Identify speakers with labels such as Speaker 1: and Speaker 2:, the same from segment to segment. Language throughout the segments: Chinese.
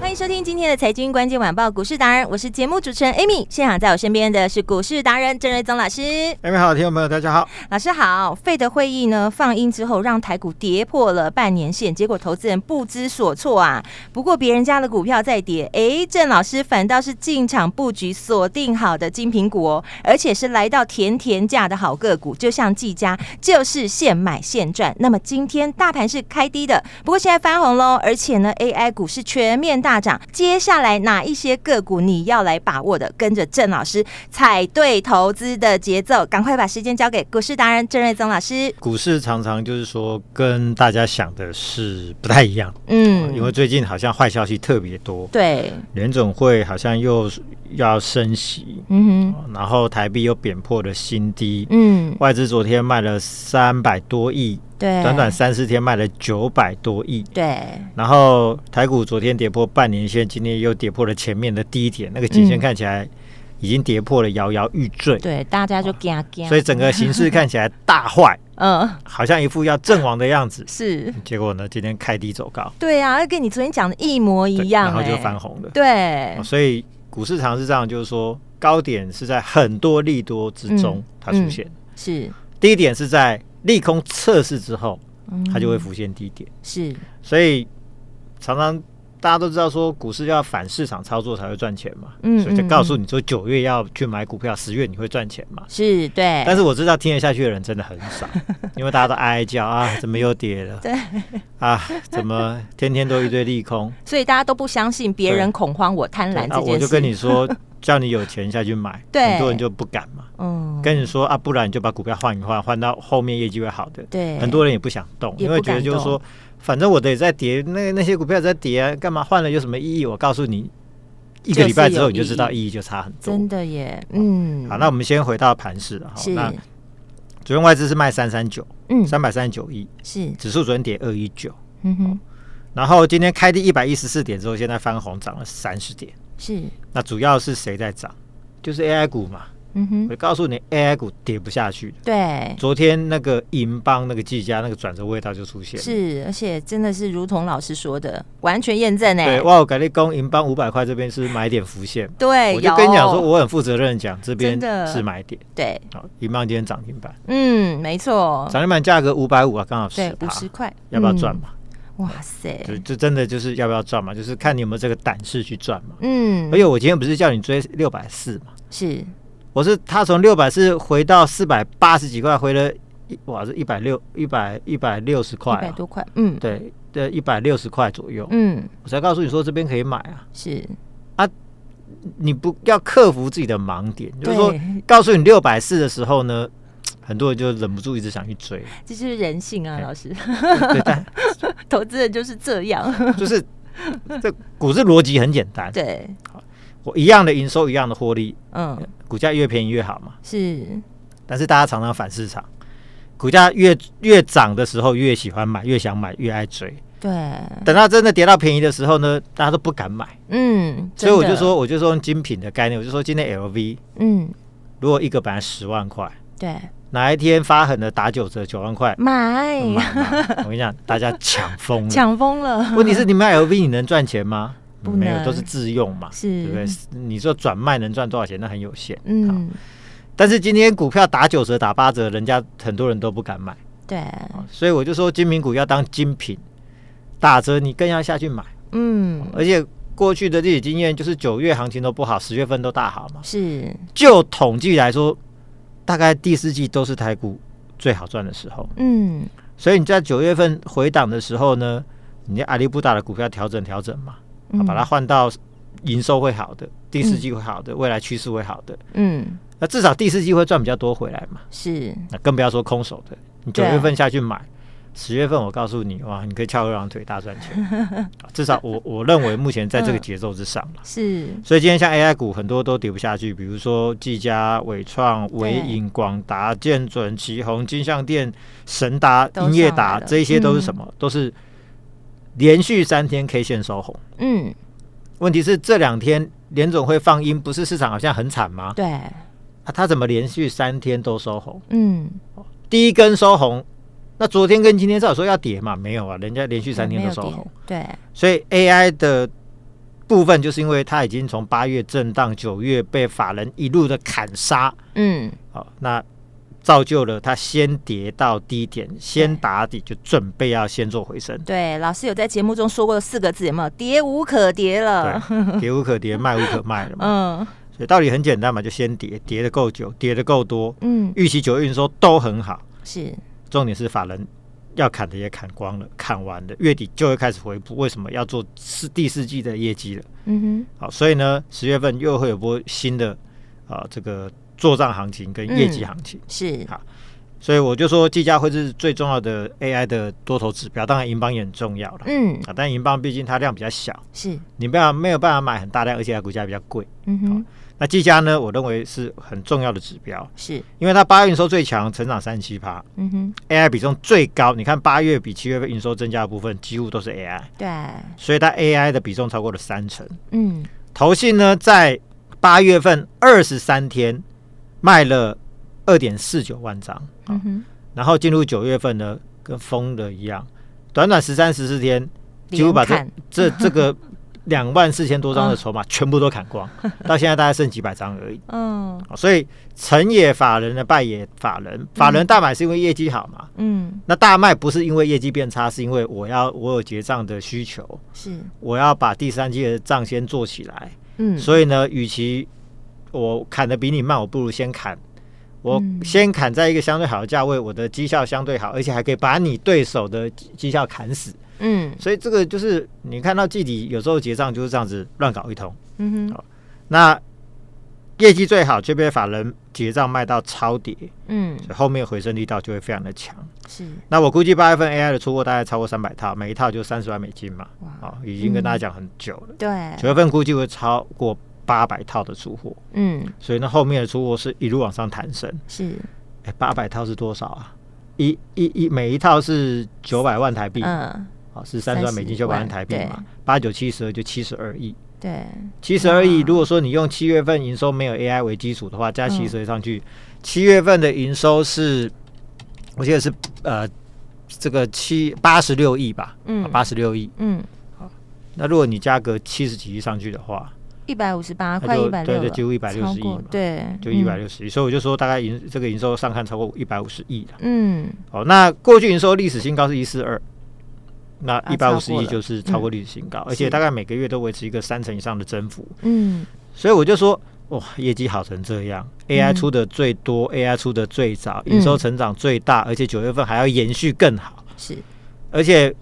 Speaker 1: 欢迎收听今天的财经关键晚报股市达人，我是节目主持人 Amy。现场在我身边的是股市达人郑瑞宗老师，
Speaker 2: 哎，你好，听众朋友，大家好。
Speaker 1: 老师好。费的会议呢放映之后，让台股跌破了半年线，结果投资人不知所措啊。不过别人家的股票在跌，哎，郑老师反倒是进场布局锁定好的金苹果、哦，而且是来到甜甜价的好个股，就像技嘉，就是现买现赚。那么今天大盘是开低的，不过现在翻红喽，而且呢，AI 股是全面大涨。接下来哪一些个股你要来把握的？跟着郑老师踩对投资的节奏，赶快把时间交给股市达人郑瑞宗老师。
Speaker 2: 股市常常就是说跟大家想的是不太一样，因
Speaker 1: 嗯，
Speaker 2: 为最近好像坏消息特别多，
Speaker 1: 对，
Speaker 2: 联总会好像又要升息，
Speaker 1: 嗯哼，
Speaker 2: 然后台币又贬破了新低，
Speaker 1: 嗯，
Speaker 2: 外资昨天卖了三百多亿，
Speaker 1: 对，
Speaker 2: 短短三四天卖了九百多亿。
Speaker 1: 对，
Speaker 2: 然后台股昨天跌破半年线，今天又跌破了前面的低点，那个颈线看起来已经跌破了，摇摇欲坠。
Speaker 1: 嗯对，大家就嘎嘎，
Speaker 2: 所以整个形势看起来大坏，
Speaker 1: 嗯、
Speaker 2: 好像一副要阵亡的样子。
Speaker 1: 是，
Speaker 2: 结果呢，今天开低走高，
Speaker 1: 对啊，要跟你昨天讲的一模
Speaker 2: 对
Speaker 1: 一样、
Speaker 2: 然后就
Speaker 1: 哎
Speaker 2: 翻红了。
Speaker 1: 对
Speaker 2: 哦，所以股市常是这样，就是说高点是在很多利多之中
Speaker 1: 嗯
Speaker 2: 它出现，
Speaker 1: 是，
Speaker 2: 低点是在利空测试之后它就会
Speaker 1: 嗯
Speaker 2: 浮现低点。
Speaker 1: 是，
Speaker 2: 所以常常大家都知道说，股市要反市场操作才会赚钱嘛，
Speaker 1: 嗯
Speaker 2: 所以就
Speaker 1: 嗯
Speaker 2: 告诉你说九月要去买股票，十月你会赚钱嘛。
Speaker 1: 是对，
Speaker 2: 但是我知道听得下去的人真的很 少，因为大家都哀哀叫啊，怎么又跌了？
Speaker 1: 对
Speaker 2: 啊，怎么天天都一堆利空？
Speaker 1: 所以大家都不相信别人恐慌，我贪婪这
Speaker 2: 啊，
Speaker 1: 件事。
Speaker 2: 我就跟你说，叫你有钱下去买，
Speaker 1: 对
Speaker 2: 很多人就不敢嘛。
Speaker 1: 嗯，
Speaker 2: 跟你说啊，不然你就把股票换一换，换到后面业绩会好的。
Speaker 1: 对
Speaker 2: 很多人也不想动，
Speaker 1: 也
Speaker 2: 因
Speaker 1: 不
Speaker 2: 为觉得
Speaker 1: 敢
Speaker 2: 就是说
Speaker 1: 动，
Speaker 2: 反正我的也在跌，那那些股票也在跌啊，干嘛换了有什么意义？我告诉你，一
Speaker 1: 就是
Speaker 2: 个礼拜之后
Speaker 1: 有
Speaker 2: 你就知道
Speaker 1: 意
Speaker 2: 意义就差很多。
Speaker 1: 真的耶，嗯，
Speaker 2: 好，那我们先回到盘市了哈。
Speaker 1: 是
Speaker 2: 那昨天外资是卖三三九，
Speaker 1: 嗯
Speaker 2: 三百三十九亿，
Speaker 1: 是，
Speaker 2: 指数昨天跌二一九，
Speaker 1: 嗯哼，
Speaker 2: 然后今天开低一百一十四点之后，现在翻红涨了三十点。
Speaker 1: 是，
Speaker 2: 那主要是谁在涨？就是 AI 股嘛。
Speaker 1: 嗯哼，
Speaker 2: 我告诉你，AI 股跌不下去的。
Speaker 1: 对，
Speaker 2: 昨天那个银邦、那个技嘉、那个转折味道就出现了。
Speaker 1: 是，而且真的是如同老师说的，完全验证哎
Speaker 2: 对，，哇！我改立工银邦五百块这边是买点浮现，
Speaker 1: 对，
Speaker 2: 我就
Speaker 1: 哎有
Speaker 2: 跟你讲说，我很负责任地讲，这边
Speaker 1: 真的
Speaker 2: 是买点。
Speaker 1: 对，
Speaker 2: 好，银邦今天涨停板，
Speaker 1: 嗯，没错，
Speaker 2: 涨停板价格五百五啊，刚好
Speaker 1: 对
Speaker 2: 十，
Speaker 1: 五十块，
Speaker 2: 要不要赚嘛？
Speaker 1: 嗯？哇塞，
Speaker 2: 就就真的就是要不要赚嘛？就是看你有没有这个胆识去赚嘛。
Speaker 1: 嗯
Speaker 2: 而，且我今天不是叫你追六百四嘛，
Speaker 1: 是，
Speaker 2: 我是他从六百四回到四百八十几块，回了一哇，是一百六一百一百六十块
Speaker 1: 一
Speaker 2: 啊，
Speaker 1: 百多块，嗯，
Speaker 2: 对对，一百六十块左右，
Speaker 1: 嗯，
Speaker 2: 我才告诉你说这边可以买啊。
Speaker 1: 是，
Speaker 2: 你不要克服自己的盲点，就是说
Speaker 1: 对，
Speaker 2: 告诉你六百四的时候呢，很多人就忍不住一直想去追，
Speaker 1: 这就是人性啊，
Speaker 2: 哎
Speaker 1: 老师，
Speaker 2: 对，但
Speaker 1: 投资人就是这样，
Speaker 2: 就是这股市逻辑很简单，
Speaker 1: 对，
Speaker 2: 我一样的营收，一样的获利，
Speaker 1: 嗯，
Speaker 2: 股价越便宜越好嘛。
Speaker 1: 是，
Speaker 2: 但是大家常常反市场，股价越越涨的时候越喜欢买，越想买，越爱追。
Speaker 1: 对，
Speaker 2: 等到真的跌到便宜的时候呢，大家都不敢买。
Speaker 1: 嗯，
Speaker 2: 所以我就
Speaker 1: 真的，
Speaker 2: 说，我就说用精品的概念，我就说今天 LV
Speaker 1: 嗯，
Speaker 2: 如果一个本来十万块，
Speaker 1: 对，
Speaker 2: 哪一天发狠的打九折九万块，
Speaker 1: 买
Speaker 2: 买嘛我跟你讲，大家抢疯了。
Speaker 1: 哎抢疯了，
Speaker 2: 问题是你卖 LV 你能赚钱吗？
Speaker 1: 不
Speaker 2: 没有，
Speaker 1: 能
Speaker 2: 都是自用嘛，
Speaker 1: 是
Speaker 2: 对不对？你说转卖能赚多少钱？那很有限。好，
Speaker 1: 嗯，
Speaker 2: 但是今天股票打九折、打八折，人家很多人都不敢买，
Speaker 1: 对，
Speaker 2: 所以我就说精品股要当精品，打折你更要下去买。
Speaker 1: 嗯，
Speaker 2: 而且过去的历史经验就是九月行情都不好，十月份都大好嘛。
Speaker 1: 是，
Speaker 2: 就统计来说，大概第四季都是台股最好赚的时候。
Speaker 1: 嗯，
Speaker 2: 所以你在九月份回档的时候呢，你的阿里不达的股票调整调整嘛，啊
Speaker 1: 嗯
Speaker 2: 把它换到营收会好的，第四季会好的，未来趋势会好的。
Speaker 1: 嗯，
Speaker 2: 那至少第四季会赚比较多回来嘛。
Speaker 1: 是，
Speaker 2: 那更不要说空手的，你九
Speaker 1: 对啊
Speaker 2: 月份下去买，十月份我告诉你，哇，你可以翘二郎腿大赚钱。 啊至少我我认为目前在这个节奏之上
Speaker 1: 嗯
Speaker 2: 了。
Speaker 1: 是，
Speaker 2: 所以今天像 AI 股很多都跌不下去，比如说技嘉、伟创、伟影、广达、建准、旗宏、金象店、神达、
Speaker 1: 都上来了嗯
Speaker 2: 英业达，这一些都是什么？都是连续三天 K 线收红。
Speaker 1: 嗯，
Speaker 2: 问题是这两天联总会放鹰，不是市场好像很惨吗？
Speaker 1: 对，
Speaker 2: 啊，它怎么连续三天都收红？
Speaker 1: 嗯，
Speaker 2: 第一根收红，那昨天跟今天照理说要跌嘛？没有啊，人家连续三天
Speaker 1: 没
Speaker 2: 都
Speaker 1: 有
Speaker 2: 收
Speaker 1: 点
Speaker 2: 红，，
Speaker 1: 对，
Speaker 2: 所以 AI 的部分就是因为它已经从八月震荡，九月被法人一路的砍杀，
Speaker 1: 嗯，
Speaker 2: 好、那造就了它先跌到低点，先打底，就准备要先做回升。
Speaker 1: 对，老师有在节目中说过四个字，有没有？跌无可跌了。
Speaker 2: 对，跌无可跌，卖无可卖了嘛。
Speaker 1: 嗯
Speaker 2: 所以道理很简单嘛，就先跌，跌的够久，跌的够多，
Speaker 1: 嗯，
Speaker 2: 预期九月营收都很好，
Speaker 1: 是，
Speaker 2: 重点是法人要砍的也砍光了，砍完了，月底就会开始回补。为什么要做四第四季的业绩了？
Speaker 1: 嗯
Speaker 2: 好，所以呢，十月份又会有波新的啊这个做账行情跟业绩行情。
Speaker 1: 哼，是，
Speaker 2: 所以我就说，技嘉会是最重要的 AI 的多头指标，当然银邦也很重要了、
Speaker 1: 嗯
Speaker 2: 啊。但银邦毕竟它量比较小，
Speaker 1: 是，
Speaker 2: 你不要没有办法买很大量，而且它股价比较贵。
Speaker 1: 嗯哼，
Speaker 2: 那技嘉呢，我认为是很重要的指标，
Speaker 1: 是，
Speaker 2: 因为它八月营收最强，成长三十七趴，
Speaker 1: 嗯哼，
Speaker 2: AI 比重最高，你看八月比七月份营收增加的部分几乎都是 AI，
Speaker 1: 对，
Speaker 2: 所以它 AI 的比重超过了三成。
Speaker 1: 嗯
Speaker 2: 投信呢，在八月份二十三天卖了二点四九万张，
Speaker 1: 嗯哼，
Speaker 2: 然后进入九月份呢，跟疯了一样，短短十三十四天，几乎把
Speaker 1: 连
Speaker 2: 这
Speaker 1: 看，
Speaker 2: 这这个两万四千多张的筹码全部都砍光，到现在大概剩几百张而已。
Speaker 1: 嗯
Speaker 2: 所以成也法人的，败也法人，法人大买是因为业绩好嘛。
Speaker 1: 嗯
Speaker 2: 那大卖不是因为业绩变差，是因为我要我有结账的需求，
Speaker 1: 是，
Speaker 2: 我要把第三季的账先做起来。
Speaker 1: 嗯
Speaker 2: 所以呢，与其我砍的比你慢，我不如先砍，我
Speaker 1: 嗯
Speaker 2: 先砍在一个相对好的价位，我的绩效相对好，而且还可以把你对手的绩绩效砍死。
Speaker 1: 嗯
Speaker 2: 所以这个就是你看到季底有时候结账就是这样子乱搞一通。
Speaker 1: 嗯哼
Speaker 2: 好那业绩最好却被法人结账卖到超跌，
Speaker 1: 嗯
Speaker 2: 所以后面回升力道就会非常的强。
Speaker 1: 是，
Speaker 2: 那我估计八月份 AI 的出货大概超过三百套，每一套就三十万美金嘛，
Speaker 1: 哇，嗯
Speaker 2: 哦，已经跟大家讲很久了。
Speaker 1: 对，
Speaker 2: 九月份估计会超过八百套的出货，
Speaker 1: 嗯
Speaker 2: 所以那后面的出货是一路往上弹升。
Speaker 1: 是，
Speaker 2: 哎，八百套是多少啊？一一一每一套是九百万台币，啊、
Speaker 1: 嗯
Speaker 2: 是三十万美金，九
Speaker 1: 30
Speaker 2: 百
Speaker 1: 万
Speaker 2: 万台币嘛
Speaker 1: 对，
Speaker 2: 八九七十二就七十二亿，
Speaker 1: 对，
Speaker 2: 七十二亿。
Speaker 1: 哇
Speaker 2: 如果说你用七月份营收没有 AI 为基础的话，
Speaker 1: 嗯
Speaker 2: 加七十二上去，七、月份的营收是，我记得是呃这个七八十六亿吧，啊
Speaker 1: 嗯
Speaker 2: 八十六亿。
Speaker 1: 嗯，
Speaker 2: 那如果你加个七十几亿上去的话，
Speaker 1: 一百五十八，
Speaker 2: 那
Speaker 1: 快
Speaker 2: 就
Speaker 1: 一百
Speaker 2: 对
Speaker 1: 六
Speaker 2: 对
Speaker 1: 了，
Speaker 2: 几乎160
Speaker 1: 超
Speaker 2: 亿
Speaker 1: 过
Speaker 2: 嘛
Speaker 1: 对，
Speaker 2: 就
Speaker 1: 嗯
Speaker 2: 一百，六十亿，所以我就说大概营这个营收上看超过一百五十亿了。
Speaker 1: 嗯
Speaker 2: 哦，那过去营收历史新高是一四二，那
Speaker 1: 啊
Speaker 2: 一百五十
Speaker 1: 超过
Speaker 2: 亿
Speaker 1: 了嗯
Speaker 2: 就是超过历史新高，而
Speaker 1: 是
Speaker 2: 且大概每个月都维持一个三成以上的增幅，
Speaker 1: 嗯
Speaker 2: 所以我就说哇，业绩好成这样，AI
Speaker 1: 嗯
Speaker 2: 出的最多、a i 出的最早，营
Speaker 1: 嗯
Speaker 2: 收成长最大，而且九月份还要延续更好，
Speaker 1: 是，
Speaker 2: 而且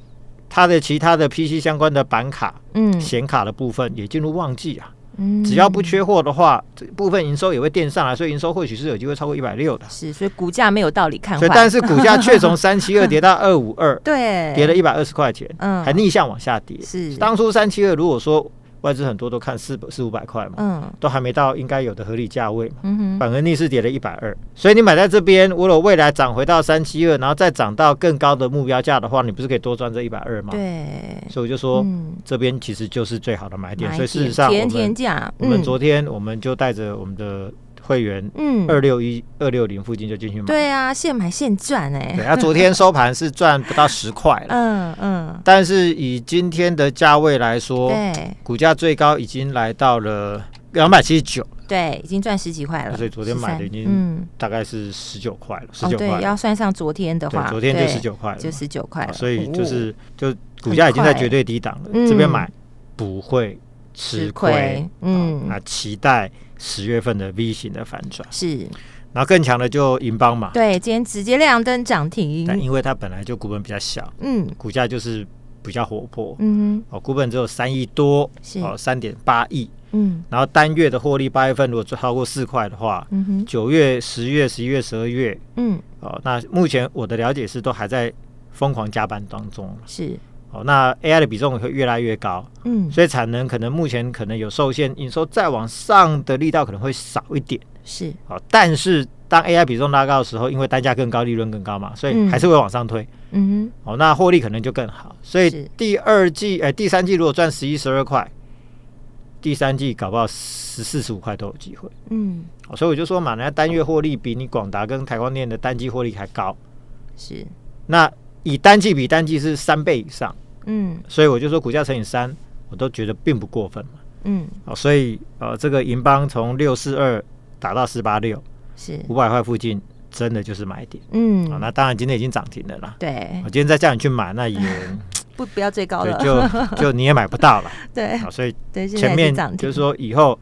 Speaker 2: 它的其他的 PC 相关的板卡、
Speaker 1: 嗯
Speaker 2: 显卡的部分也进入旺季啊，
Speaker 1: 嗯，
Speaker 2: 只要不缺货的话，这部分营收也会垫上来，所以营收或许是有机会超过一百六的。
Speaker 1: 是，所以股价没有道理看
Speaker 2: 所
Speaker 1: 坏，
Speaker 2: 以，但是股价 却从三七二跌到二五二，
Speaker 1: 对
Speaker 2: 跌了一百二十块钱，
Speaker 1: 嗯
Speaker 2: 还逆向往下跌。
Speaker 1: 是
Speaker 2: 当初三七二，如果说外资很多都看四四五百块嘛，
Speaker 1: 嗯
Speaker 2: 都还没到应该有的合理价位嘛，
Speaker 1: 嗯哼
Speaker 2: 反而逆势跌了一百二。所以你买在这边，如果未来涨回到三七二，然后再涨到更高的目标价的话，你不是可以多赚这一百二吗？。
Speaker 1: 对，
Speaker 2: 所以我就说，
Speaker 1: 嗯
Speaker 2: 这边其实就是最好的买点。
Speaker 1: 买
Speaker 2: 所以事
Speaker 1: 点嗯
Speaker 2: 实上，我
Speaker 1: 甜甜
Speaker 2: 们
Speaker 1: 价，
Speaker 2: 我们昨天我们就带着我们的会员
Speaker 1: 嗯
Speaker 2: 二六一二六零附近就进去买。
Speaker 1: 对啊，现买现赚哎，
Speaker 2: 对，那、昨天收盘是赚不到十块了，
Speaker 1: 嗯嗯，
Speaker 2: 但是以今天的价位来说，
Speaker 1: 对
Speaker 2: 股价最高已经来到了两百七十九，
Speaker 1: 对，已经赚十几块了，
Speaker 2: 啊所以昨天买的已经
Speaker 1: 13嗯，
Speaker 2: 大概是十九块了，十
Speaker 1: 哦
Speaker 2: 九
Speaker 1: 对，
Speaker 2: 块了。
Speaker 1: 要算上昨天的话，
Speaker 2: 对，昨天就
Speaker 1: 对
Speaker 2: 十，九块了嘛，
Speaker 1: 就十九块
Speaker 2: 啊
Speaker 1: 了，
Speaker 2: 所以就
Speaker 1: 哦
Speaker 2: 是就股价已经在绝对低档了，
Speaker 1: 嗯
Speaker 2: 这边买不会吃
Speaker 1: 吃
Speaker 2: 亏
Speaker 1: 亏。，
Speaker 2: 嗯，
Speaker 1: 嗯
Speaker 2: 那期待十月份的 V 型的反转，
Speaker 1: 是
Speaker 2: 然后更强的就银邦嘛，
Speaker 1: 对，今天直接亮灯涨
Speaker 2: 但
Speaker 1: 停，
Speaker 2: 因为它本来就股本比较小，
Speaker 1: 嗯
Speaker 2: 股价就是比较活泼，
Speaker 1: 嗯
Speaker 2: 哦，股本只有三亿多，
Speaker 1: 是
Speaker 2: 哦，三点八亿，
Speaker 1: 哼，嗯
Speaker 2: 然后单月的获利，八月份如果超过四块的话，
Speaker 1: 嗯哼，
Speaker 2: 九月、十月、十一月、十二月，
Speaker 1: 嗯
Speaker 2: 哦，那目前我的了解是都还在疯狂加班当中，
Speaker 1: 是，
Speaker 2: 哦，那 AI 的比重会越来越高，
Speaker 1: 嗯
Speaker 2: 所以产能可能目前可能有受限，营收再往上的力道可能会少一点，
Speaker 1: 是，
Speaker 2: 哦，但是当 AI 比重拉高的时候，因为单价更高，利润更高嘛，所以
Speaker 1: 嗯
Speaker 2: 还是会往上推。
Speaker 1: 嗯哼，
Speaker 2: 哦，那获利可能就更好。所
Speaker 1: 是
Speaker 2: 以第二季，哎、第三季如果赚十一、十二块，第三季搞不好十四、十五块都有机会、
Speaker 1: 嗯
Speaker 2: 哦。所以我就说嘛，人家单月获利比你广达跟台光电的单季获利还高。
Speaker 1: 是，
Speaker 2: 那以单季比单季是三倍以上，
Speaker 1: 嗯
Speaker 2: 所以我就说股价乘以三，我都觉得并不过分嘛。
Speaker 1: 嗯
Speaker 2: 哦，所以呃，这个银邦从六四二打到四八六，
Speaker 1: 是，
Speaker 2: 五百块附近，真的就是买点。哦，
Speaker 1: 嗯
Speaker 2: 那当然今天已经涨停了啦。
Speaker 1: 对
Speaker 2: 我、，今天再叫你去 买，那也
Speaker 1: 不不要最高
Speaker 2: 对
Speaker 1: 了，，
Speaker 2: 就就你也买不到了。
Speaker 1: 对
Speaker 2: 好，所以
Speaker 1: 对，现在
Speaker 2: 前
Speaker 1: 是
Speaker 2: 面
Speaker 1: 涨停
Speaker 2: 就是说以后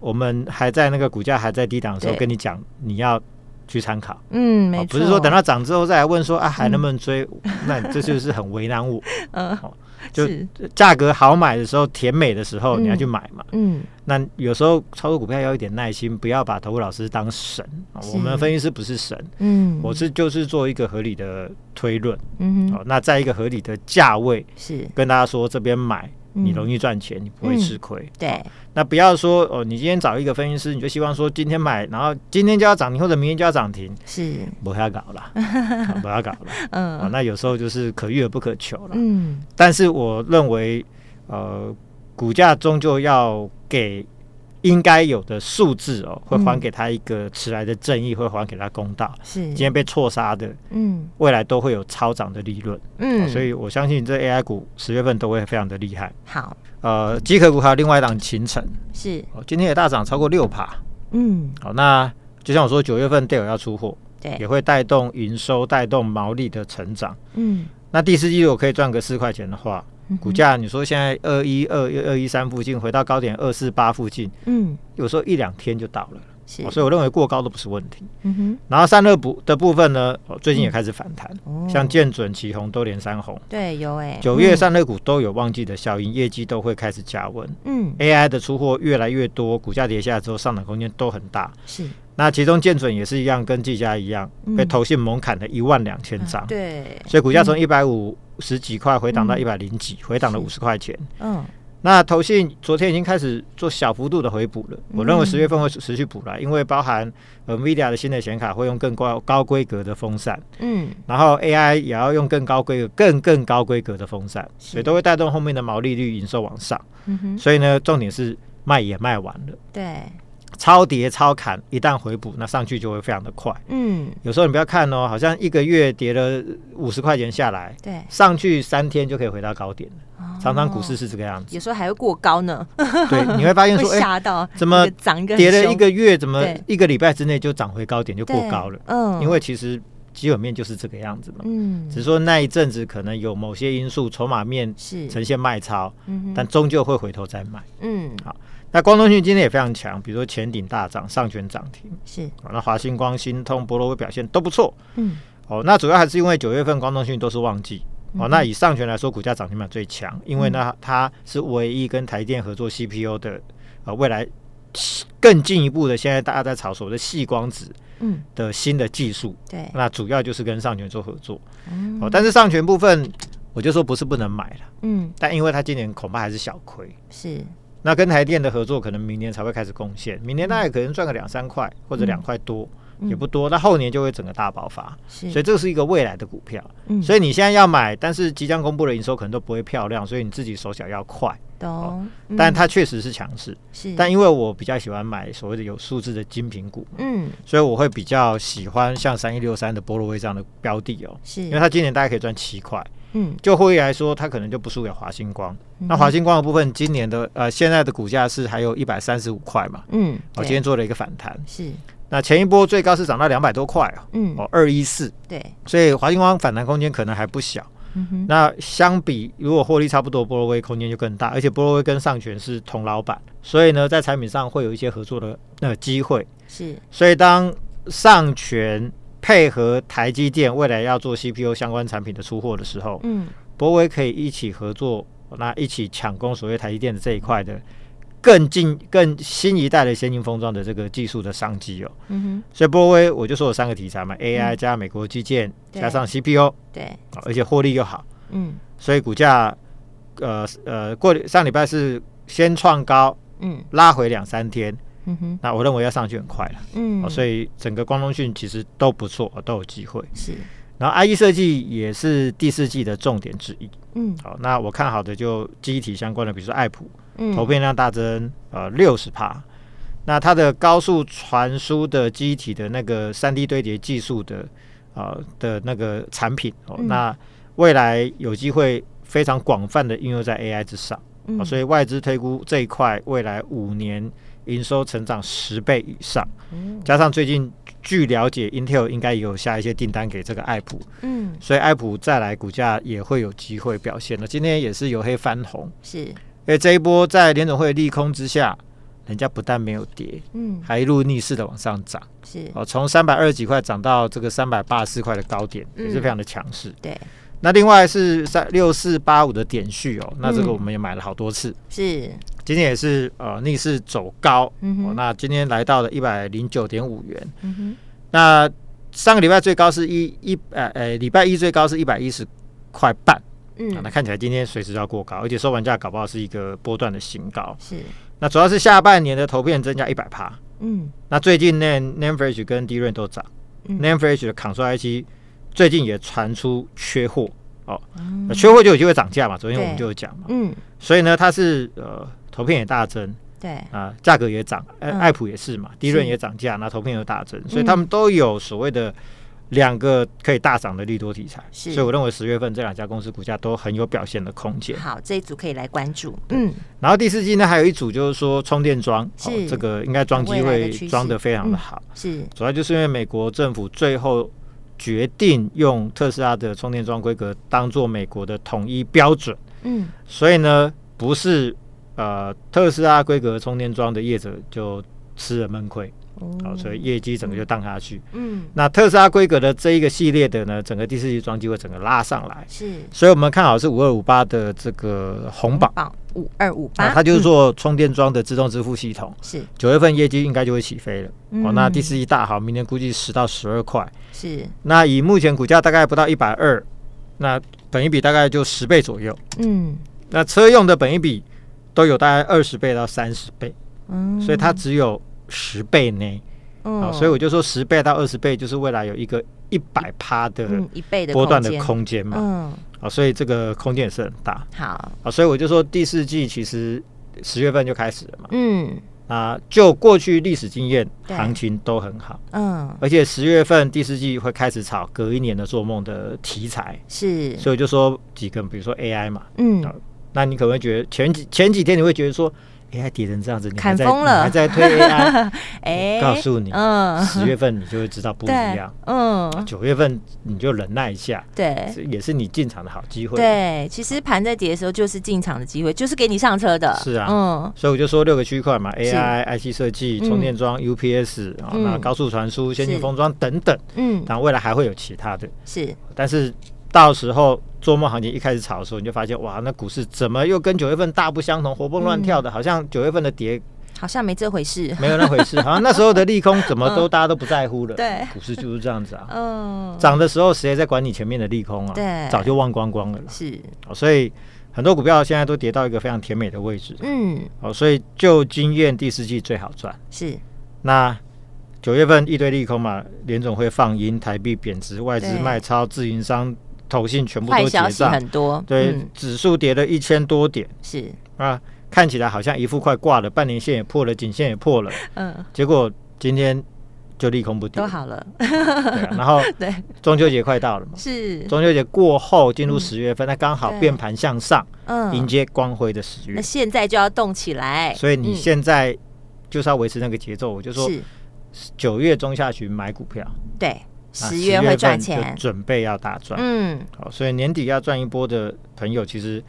Speaker 2: 我们还在那个股价还在低档的时候
Speaker 1: 对
Speaker 2: 跟你讲，你要去参考，
Speaker 1: 嗯，
Speaker 2: 啊
Speaker 1: 没错，
Speaker 2: 不是说等到涨之后再来问说啊还能不能追，那这就是很为 难我。
Speaker 1: 嗯
Speaker 2: 哦就是价格好买的时候，甜美的时候
Speaker 1: 嗯
Speaker 2: 你要去买嘛。
Speaker 1: 嗯
Speaker 2: 那有时候操作股票要有一点耐心，不要把投顾老师当神。啊
Speaker 1: 是
Speaker 2: 我们分析师不是神，
Speaker 1: 嗯，
Speaker 2: 我是就是做一个合理的推论，
Speaker 1: 嗯
Speaker 2: 哦
Speaker 1: 哼，
Speaker 2: 那在一个合理的价位
Speaker 1: 是
Speaker 2: 跟大家说这边买。你
Speaker 1: 嗯
Speaker 2: 容易赚钱，你不会吃亏。
Speaker 1: 对，
Speaker 2: 嗯
Speaker 1: 嗯
Speaker 2: 那不要说哦，你今天找一个分析师，你就希望说今天买，然后今天就要涨停或者明天就要涨停，
Speaker 1: 是
Speaker 2: 不要搞 了，啊不要搞了。啊，
Speaker 1: 嗯
Speaker 2: 那有时候就是可遇而不可求了。
Speaker 1: 嗯
Speaker 2: 但是我认为，呃，股价终究要给应该有的数字哦，会还给他一个迟来的正义，会还给他公道。
Speaker 1: 是
Speaker 2: 今，天被错杀的，
Speaker 1: 嗯
Speaker 2: 未来都会有超涨的利润、哦
Speaker 1: 嗯，
Speaker 2: 所以我相信这 AI 股十月份都会非常的厉害。
Speaker 1: 好
Speaker 2: 呃，机壳股还有另外一档秦城。
Speaker 1: 是
Speaker 2: 哦，今天也大涨超过六趴。
Speaker 1: 嗯
Speaker 2: 好、那就像我说，九月份 d a l 要出货，也
Speaker 1: 对
Speaker 2: 会带动营收、带动毛利的成长。
Speaker 1: 嗯
Speaker 2: 那第四季如果可以赚个四块钱的话，
Speaker 1: 嗯
Speaker 2: 股
Speaker 1: 哼
Speaker 2: 价你说现在二一二二一三附近，回到高点二四八附近，
Speaker 1: 嗯
Speaker 2: 有时候一两天就到了、
Speaker 1: 是
Speaker 2: 哦所以我认为过高都不是问题。
Speaker 1: 嗯哼
Speaker 2: 然后散热部的部分呢，哦、最近也开始反弹，
Speaker 1: 嗯哦
Speaker 2: 像建准、旗宏都连三红。
Speaker 1: 对有哎
Speaker 2: 九月散热股都有旺季的效应，业绩都会开始加温。
Speaker 1: 嗯
Speaker 2: AI 的出货越来越多，股价跌下来之后，上涨空间都很大。
Speaker 1: 是
Speaker 2: 那其中建准也是一样，跟技嘉一样
Speaker 1: 嗯啊
Speaker 2: 被投信猛砍了一万两千张，
Speaker 1: 对
Speaker 2: 所以股价从一百五十几块回档到
Speaker 1: 嗯
Speaker 2: 一百零几，回档了五十块钱。
Speaker 1: 嗯
Speaker 2: 那投信昨天已经开始做小幅度的回补了，我认为
Speaker 1: 嗯
Speaker 2: 十月份会持续补来，因为包含呃 NVIDIA 的新的显卡会用更高高规格的风扇，
Speaker 1: 嗯
Speaker 2: 然后 AI 也要用更高规格、更更高规格的风扇，
Speaker 1: 是
Speaker 2: 所以都会带动后面的毛利率、营收往上。
Speaker 1: 嗯哼
Speaker 2: 所以呢，重点是卖也卖完了，
Speaker 1: 对
Speaker 2: 超跌超砍，一旦回补，那上去就会非常的快。
Speaker 1: 嗯
Speaker 2: 有时候你不要看哦，好像一个月跌了五十块钱下来，
Speaker 1: 对
Speaker 2: 上去三天就可以回到高点了。常常股
Speaker 1: 哦
Speaker 2: 市是这个 样子，
Speaker 1: 有时候还会过高呢，
Speaker 2: 对，你会发 现
Speaker 1: 会
Speaker 2: 说，哎、
Speaker 1: 吓到
Speaker 2: 怎
Speaker 1: 一
Speaker 2: 么
Speaker 1: 个涨一个很
Speaker 2: 跌了一
Speaker 1: 凶
Speaker 2: 个月，怎么
Speaker 1: 对
Speaker 2: 一个礼拜之内就涨回高点就
Speaker 1: 对
Speaker 2: 过高了？
Speaker 1: 嗯
Speaker 2: 因为其实基本面就是这个样子嘛，
Speaker 1: 嗯
Speaker 2: 只是说那一阵子可能有某些因素，筹码面
Speaker 1: 是
Speaker 2: 呈现卖超，
Speaker 1: 嗯哼
Speaker 2: 但终究会回头再买。
Speaker 1: 嗯
Speaker 2: 那光通讯今天也非常强，比如说前顶大涨，上权涨停，
Speaker 1: 是
Speaker 2: 哦那华星光、新通、博罗威表现都不错，
Speaker 1: 嗯
Speaker 2: 哦，那主要还是因为九月份光通讯都是旺季。哦，
Speaker 1: 嗯
Speaker 2: 那以上权来说，股价涨停板最强，因为呢，它是唯一跟台电合作 CPU 的，呃，未来更进一步的，现在大家在炒所谓的细光子
Speaker 1: 嗯
Speaker 2: 的新的技术，
Speaker 1: 对
Speaker 2: 那主要就是跟上权做合作。
Speaker 1: 嗯
Speaker 2: 哦，但是上权部分，我就说不是不能买了，
Speaker 1: 嗯
Speaker 2: 但因为它今年恐怕还是小亏。
Speaker 1: 是
Speaker 2: 那跟台电的合作，可能明年才会开始贡献，明年大概可能赚个两三块或
Speaker 1: 嗯
Speaker 2: 者两块多，也不多。那后年就会整个大爆发，
Speaker 1: 是
Speaker 2: 所以这是一个未来的股票。
Speaker 1: 嗯
Speaker 2: 所以你现在要买，但是即将公布的营收可能都不会漂亮，所以你自己手脚要快。
Speaker 1: 懂，
Speaker 2: 但
Speaker 1: 嗯
Speaker 2: 它确实是强势，
Speaker 1: 是
Speaker 2: 但因为我比较喜欢买所谓的有数字的精品股，
Speaker 1: 嗯
Speaker 2: 所以我会比较喜欢像三一六三的波罗威这样的标的哦，
Speaker 1: 是
Speaker 2: 因为它今年大概可以赚七块。
Speaker 1: 嗯
Speaker 2: 就获利来说，它可能就不输给华星光。那华星光的部分，今年的呃现在的股价是还有一百三十五块嘛，
Speaker 1: 嗯
Speaker 2: 哦，
Speaker 1: 对
Speaker 2: 今天做了一个反弹。
Speaker 1: 是
Speaker 2: 那前一波最高是涨到两百多块哦，
Speaker 1: 嗯
Speaker 2: 哦二一四，
Speaker 1: 对
Speaker 2: 所以华星光反弹空间可能还不小。
Speaker 1: 嗯哼
Speaker 2: 那相比，如果获利差不多，波罗威空间就更大，而且波罗威跟上权是同老板，所以呢，在产品上会有一些合作的呃机会。
Speaker 1: 是
Speaker 2: 所以当上权配合台积电未来要做 CPU 相关产品的出货的时候，
Speaker 1: 嗯
Speaker 2: 博威可以一起合作，那一起抢攻所谓台积电的这一块的更进更新一代的先进封装的这个技术的商机哦。
Speaker 1: 嗯哼，
Speaker 2: 所以波威我就说有三个题材嘛，AI 加美国基建、
Speaker 1: 对
Speaker 2: 加上 CPU，
Speaker 1: 对，
Speaker 2: 哦而且获利又好，
Speaker 1: 嗯
Speaker 2: 所以股价呃呃过上礼拜是先创高
Speaker 1: 嗯
Speaker 2: 拉回两三天，
Speaker 1: 嗯哼，
Speaker 2: 那我认为要上去很快了。
Speaker 1: 嗯，
Speaker 2: 哦，所以整个光通讯其实都不错，哦都有机会。
Speaker 1: 是，
Speaker 2: 然后 IE 设计也是第四季的重点之一。
Speaker 1: 嗯
Speaker 2: 好、那我看好的就记忆体相关的，比如说爱普，
Speaker 1: 嗯，
Speaker 2: 投片量大增，呃，六十帕。那它的高速传输的机体的那个三 D 堆叠技术的，呃的那个产品哦，
Speaker 1: 嗯
Speaker 2: 那未来有机会非常广泛的应用在 AI 之上、
Speaker 1: 嗯，
Speaker 2: 哦所以外资推估这一块未来五年营收成长十倍以上，
Speaker 1: 嗯
Speaker 2: 加上最近据了解，Intel 应该也有下一些订单给这个爱普，
Speaker 1: 嗯
Speaker 2: 所以爱普再来股价也会有机会表现了。今天也是由黑翻红，
Speaker 1: 是，
Speaker 2: 因哎为这一波在联总会的利空之下，人家不但没有跌，
Speaker 1: 嗯
Speaker 2: 还一路逆势的往上涨
Speaker 1: 是，
Speaker 2: 哦，从三百二十几块涨到这个三百八十四块的高点，
Speaker 1: 嗯
Speaker 2: 也是非常的强势。
Speaker 1: 对，
Speaker 2: 那另外是三六四八五的点序哦，那这个
Speaker 1: 嗯
Speaker 2: 我们也买了好多次，
Speaker 1: 是，
Speaker 2: 今天也是呃逆势走高、
Speaker 1: 嗯
Speaker 2: 哦
Speaker 1: 哼，，
Speaker 2: 那今天来到了一百零九点五元。
Speaker 1: 嗯哼，
Speaker 2: 那上个礼拜最高是一一呃呃礼拜一最高是一百一十块半、啊，那
Speaker 1: 嗯
Speaker 2: 看起来今天随时要过高，而且收盘价搞不好是一个波段的新高。
Speaker 1: 是，
Speaker 2: 那主要是下半年的投片增加一百趴。
Speaker 1: 嗯
Speaker 2: 那最近 Nan Nan Flash 跟 D r a n 都涨、
Speaker 1: 嗯
Speaker 2: n a n Flash 的 Console IC 最近也传出缺货哦，
Speaker 1: 嗯
Speaker 2: 那缺货就有机会涨价嘛，昨天我们
Speaker 1: 对
Speaker 2: 就有讲嘛，
Speaker 1: 嗯
Speaker 2: 所以呢，它是呃投片也大增
Speaker 1: 对，
Speaker 2: 啊、价格也涨，呃，
Speaker 1: 嗯
Speaker 2: 爱普也是嘛，D r a n 也涨价，那投片又大增，所以他们都有所谓的。两个可以大涨的利多题材，
Speaker 1: 是
Speaker 2: 所以我认为十月份这两家公司股价都很有表现的空间。
Speaker 1: 好，这一组可以来关注，嗯
Speaker 2: 然后第四季呢，还有一组就是说充电桩，哦
Speaker 1: 是
Speaker 2: 这个应该装机
Speaker 1: 未来的
Speaker 2: 会
Speaker 1: 趋势
Speaker 2: 装的非常的
Speaker 1: 嗯
Speaker 2: 好。
Speaker 1: 是，
Speaker 2: 主要就是因为美国政府最后决定用特斯拉的充电桩规格当做美国的统一标准，
Speaker 1: 嗯
Speaker 2: 所以呢，不是呃特斯拉规格充电桩的业者就吃了闷亏，好、
Speaker 1: 哦
Speaker 2: 所以业绩整个就荡下去。
Speaker 1: 嗯
Speaker 2: 那特斯拉规格的这一个系列的呢，整个第四季装机会整个拉上来，
Speaker 1: 是
Speaker 2: 所以我们看好是五二五八的这个红榜。
Speaker 1: 榜五二五
Speaker 2: 啊，
Speaker 1: 八，
Speaker 2: 它就是
Speaker 1: 嗯
Speaker 2: 做充电桩的自动支付系统，
Speaker 1: 是
Speaker 2: 九月份业绩应该就会起飞了。哦，那第
Speaker 1: 嗯
Speaker 2: 四季大好，明年估计十到十二块。
Speaker 1: 是，
Speaker 2: 那以目前股价大概不到一百二，那本一比大概就十倍左右。
Speaker 1: 嗯
Speaker 2: 那车用的本一比都有大概二十倍到三十倍，
Speaker 1: 嗯，
Speaker 2: 所以它只有十倍呢。啊、
Speaker 1: 嗯
Speaker 2: 所以我就说十倍到二十倍就是未来有一个一百趴的
Speaker 1: 嗯一倍的
Speaker 2: 波段的
Speaker 1: 间，
Speaker 2: 空间嘛。
Speaker 1: 嗯
Speaker 2: 啊、所以这个空间也是很大
Speaker 1: 好，
Speaker 2: 啊、所以我就说第四季其实十月份就开始了嘛。
Speaker 1: 嗯
Speaker 2: 啊，就过去历史经验，
Speaker 1: 对
Speaker 2: 行情都很好，
Speaker 1: 嗯
Speaker 2: 而且十月份第四季会开始炒隔一年的做梦的题材。
Speaker 1: 是，
Speaker 2: 所以我就说几个，比如说 AI 嘛，
Speaker 1: 嗯
Speaker 2: 那你可能会觉得前几前几天你会觉得说 AI 跌成这样子，你还
Speaker 1: 砍
Speaker 2: 在
Speaker 1: 疯了
Speaker 2: 你还在推 AI，
Speaker 1: 哎，
Speaker 2: 告诉你，
Speaker 1: 嗯
Speaker 2: 十月份你就会知道不一
Speaker 1: 对
Speaker 2: 样，，
Speaker 1: 嗯
Speaker 2: 九月份你就忍耐一下，
Speaker 1: 对。
Speaker 2: 这也是你进场的好机会。，
Speaker 1: 对，其实盘在跌的时候就是进场的机会，就是给你上车的。
Speaker 2: 是啊
Speaker 1: 嗯，
Speaker 2: 所以我就说六个区块嘛，AI、IC 设计、
Speaker 1: 嗯
Speaker 2: 充电桩、UPS 啊，
Speaker 1: 嗯
Speaker 2: 那高速传输、先进
Speaker 1: 是
Speaker 2: 封装等等，
Speaker 1: 嗯，
Speaker 2: 然后未来还会有其他的，
Speaker 1: 是，
Speaker 2: 但是。到时候做梦行情一开始炒的时候，你就发现哇，那股市怎么又跟九月份大不相同，活蹦乱跳
Speaker 1: 嗯
Speaker 2: 的，好像九月份的跌
Speaker 1: 好像没这回事。
Speaker 2: 没有那回事，好像那时候的利空怎么都大家都不在乎
Speaker 1: 嗯
Speaker 2: 了。
Speaker 1: 对
Speaker 2: 股市就是这样子啊，
Speaker 1: 嗯，
Speaker 2: 涨的时候谁在管你前面的利空啊？
Speaker 1: 对
Speaker 2: 早就忘光光了啦。
Speaker 1: 是，
Speaker 2: 哦所以很多股票现在都跌到一个非常甜美的位置。
Speaker 1: 嗯，
Speaker 2: 哦，所以就经验第四季最好赚。
Speaker 1: 是，
Speaker 2: 那九月份一堆利空嘛，联总会放鹰，台币贬值，外资
Speaker 1: 对
Speaker 2: 卖超，自营商、投信全部
Speaker 1: 坏
Speaker 2: 都
Speaker 1: 消
Speaker 2: 结
Speaker 1: 息
Speaker 2: 账。
Speaker 1: 很多。
Speaker 2: 对
Speaker 1: 嗯，，
Speaker 2: 指数跌了一千多点
Speaker 1: 是，
Speaker 2: 啊，看起来好像一副快挂了，半年线也破了，颈线也破了。
Speaker 1: 嗯，
Speaker 2: 结果今天就利空不跌，
Speaker 1: 都好了。
Speaker 2: 对啊、然后
Speaker 1: 对，
Speaker 2: 中秋节快到了嘛，
Speaker 1: 是，嗯
Speaker 2: 中秋节过后进入十月份，那刚好
Speaker 1: 对
Speaker 2: 变盘向上，迎
Speaker 1: 嗯，
Speaker 2: 接光辉的十月
Speaker 1: 那。现在就要动起来。
Speaker 2: 嗯所以你
Speaker 1: 嗯
Speaker 2: 现在就是要维持那个节奏，我就说
Speaker 1: 是，
Speaker 2: 九月中下旬买股票，
Speaker 1: 对，
Speaker 2: 啊
Speaker 1: 十月会赚
Speaker 2: 10月份
Speaker 1: 钱
Speaker 2: 就。准备要大赚。
Speaker 1: 嗯，
Speaker 2: 好，所以年底要赚一波的朋友，其实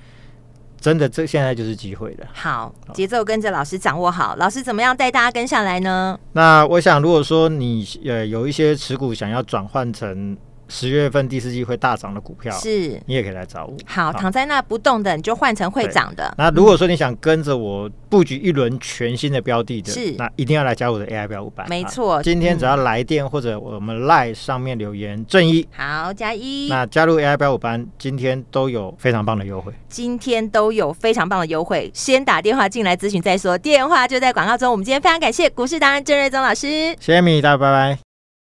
Speaker 2: 真的这现在就是机会了。
Speaker 1: 好，节奏跟着老师掌握好。老师怎么样带大家跟上来呢？
Speaker 2: 那我想，如果说你呃有一些持股想要转换成十月份第四季会大涨的股票，
Speaker 1: 是
Speaker 2: 你也可以来找我。
Speaker 1: 好躺在那不动的，你就换成会长的。
Speaker 2: 那如果说你想跟着我布局一轮全新的标的的，
Speaker 1: 是
Speaker 2: 那一定要来加入我的 AI 标五百。
Speaker 1: 没错嗯
Speaker 2: 啊今天只要来电或者我们 Line 上面留言正一，
Speaker 1: 好，加一，
Speaker 2: 那加入 AI 标五班，今天都有非常棒的优惠。
Speaker 1: 今天都有非常棒的优惠，先打电话进来咨询再说，电话就在广告中。我们今天非常感谢股市达人郑瑞宗老师。
Speaker 2: 谢谢米，大家拜拜。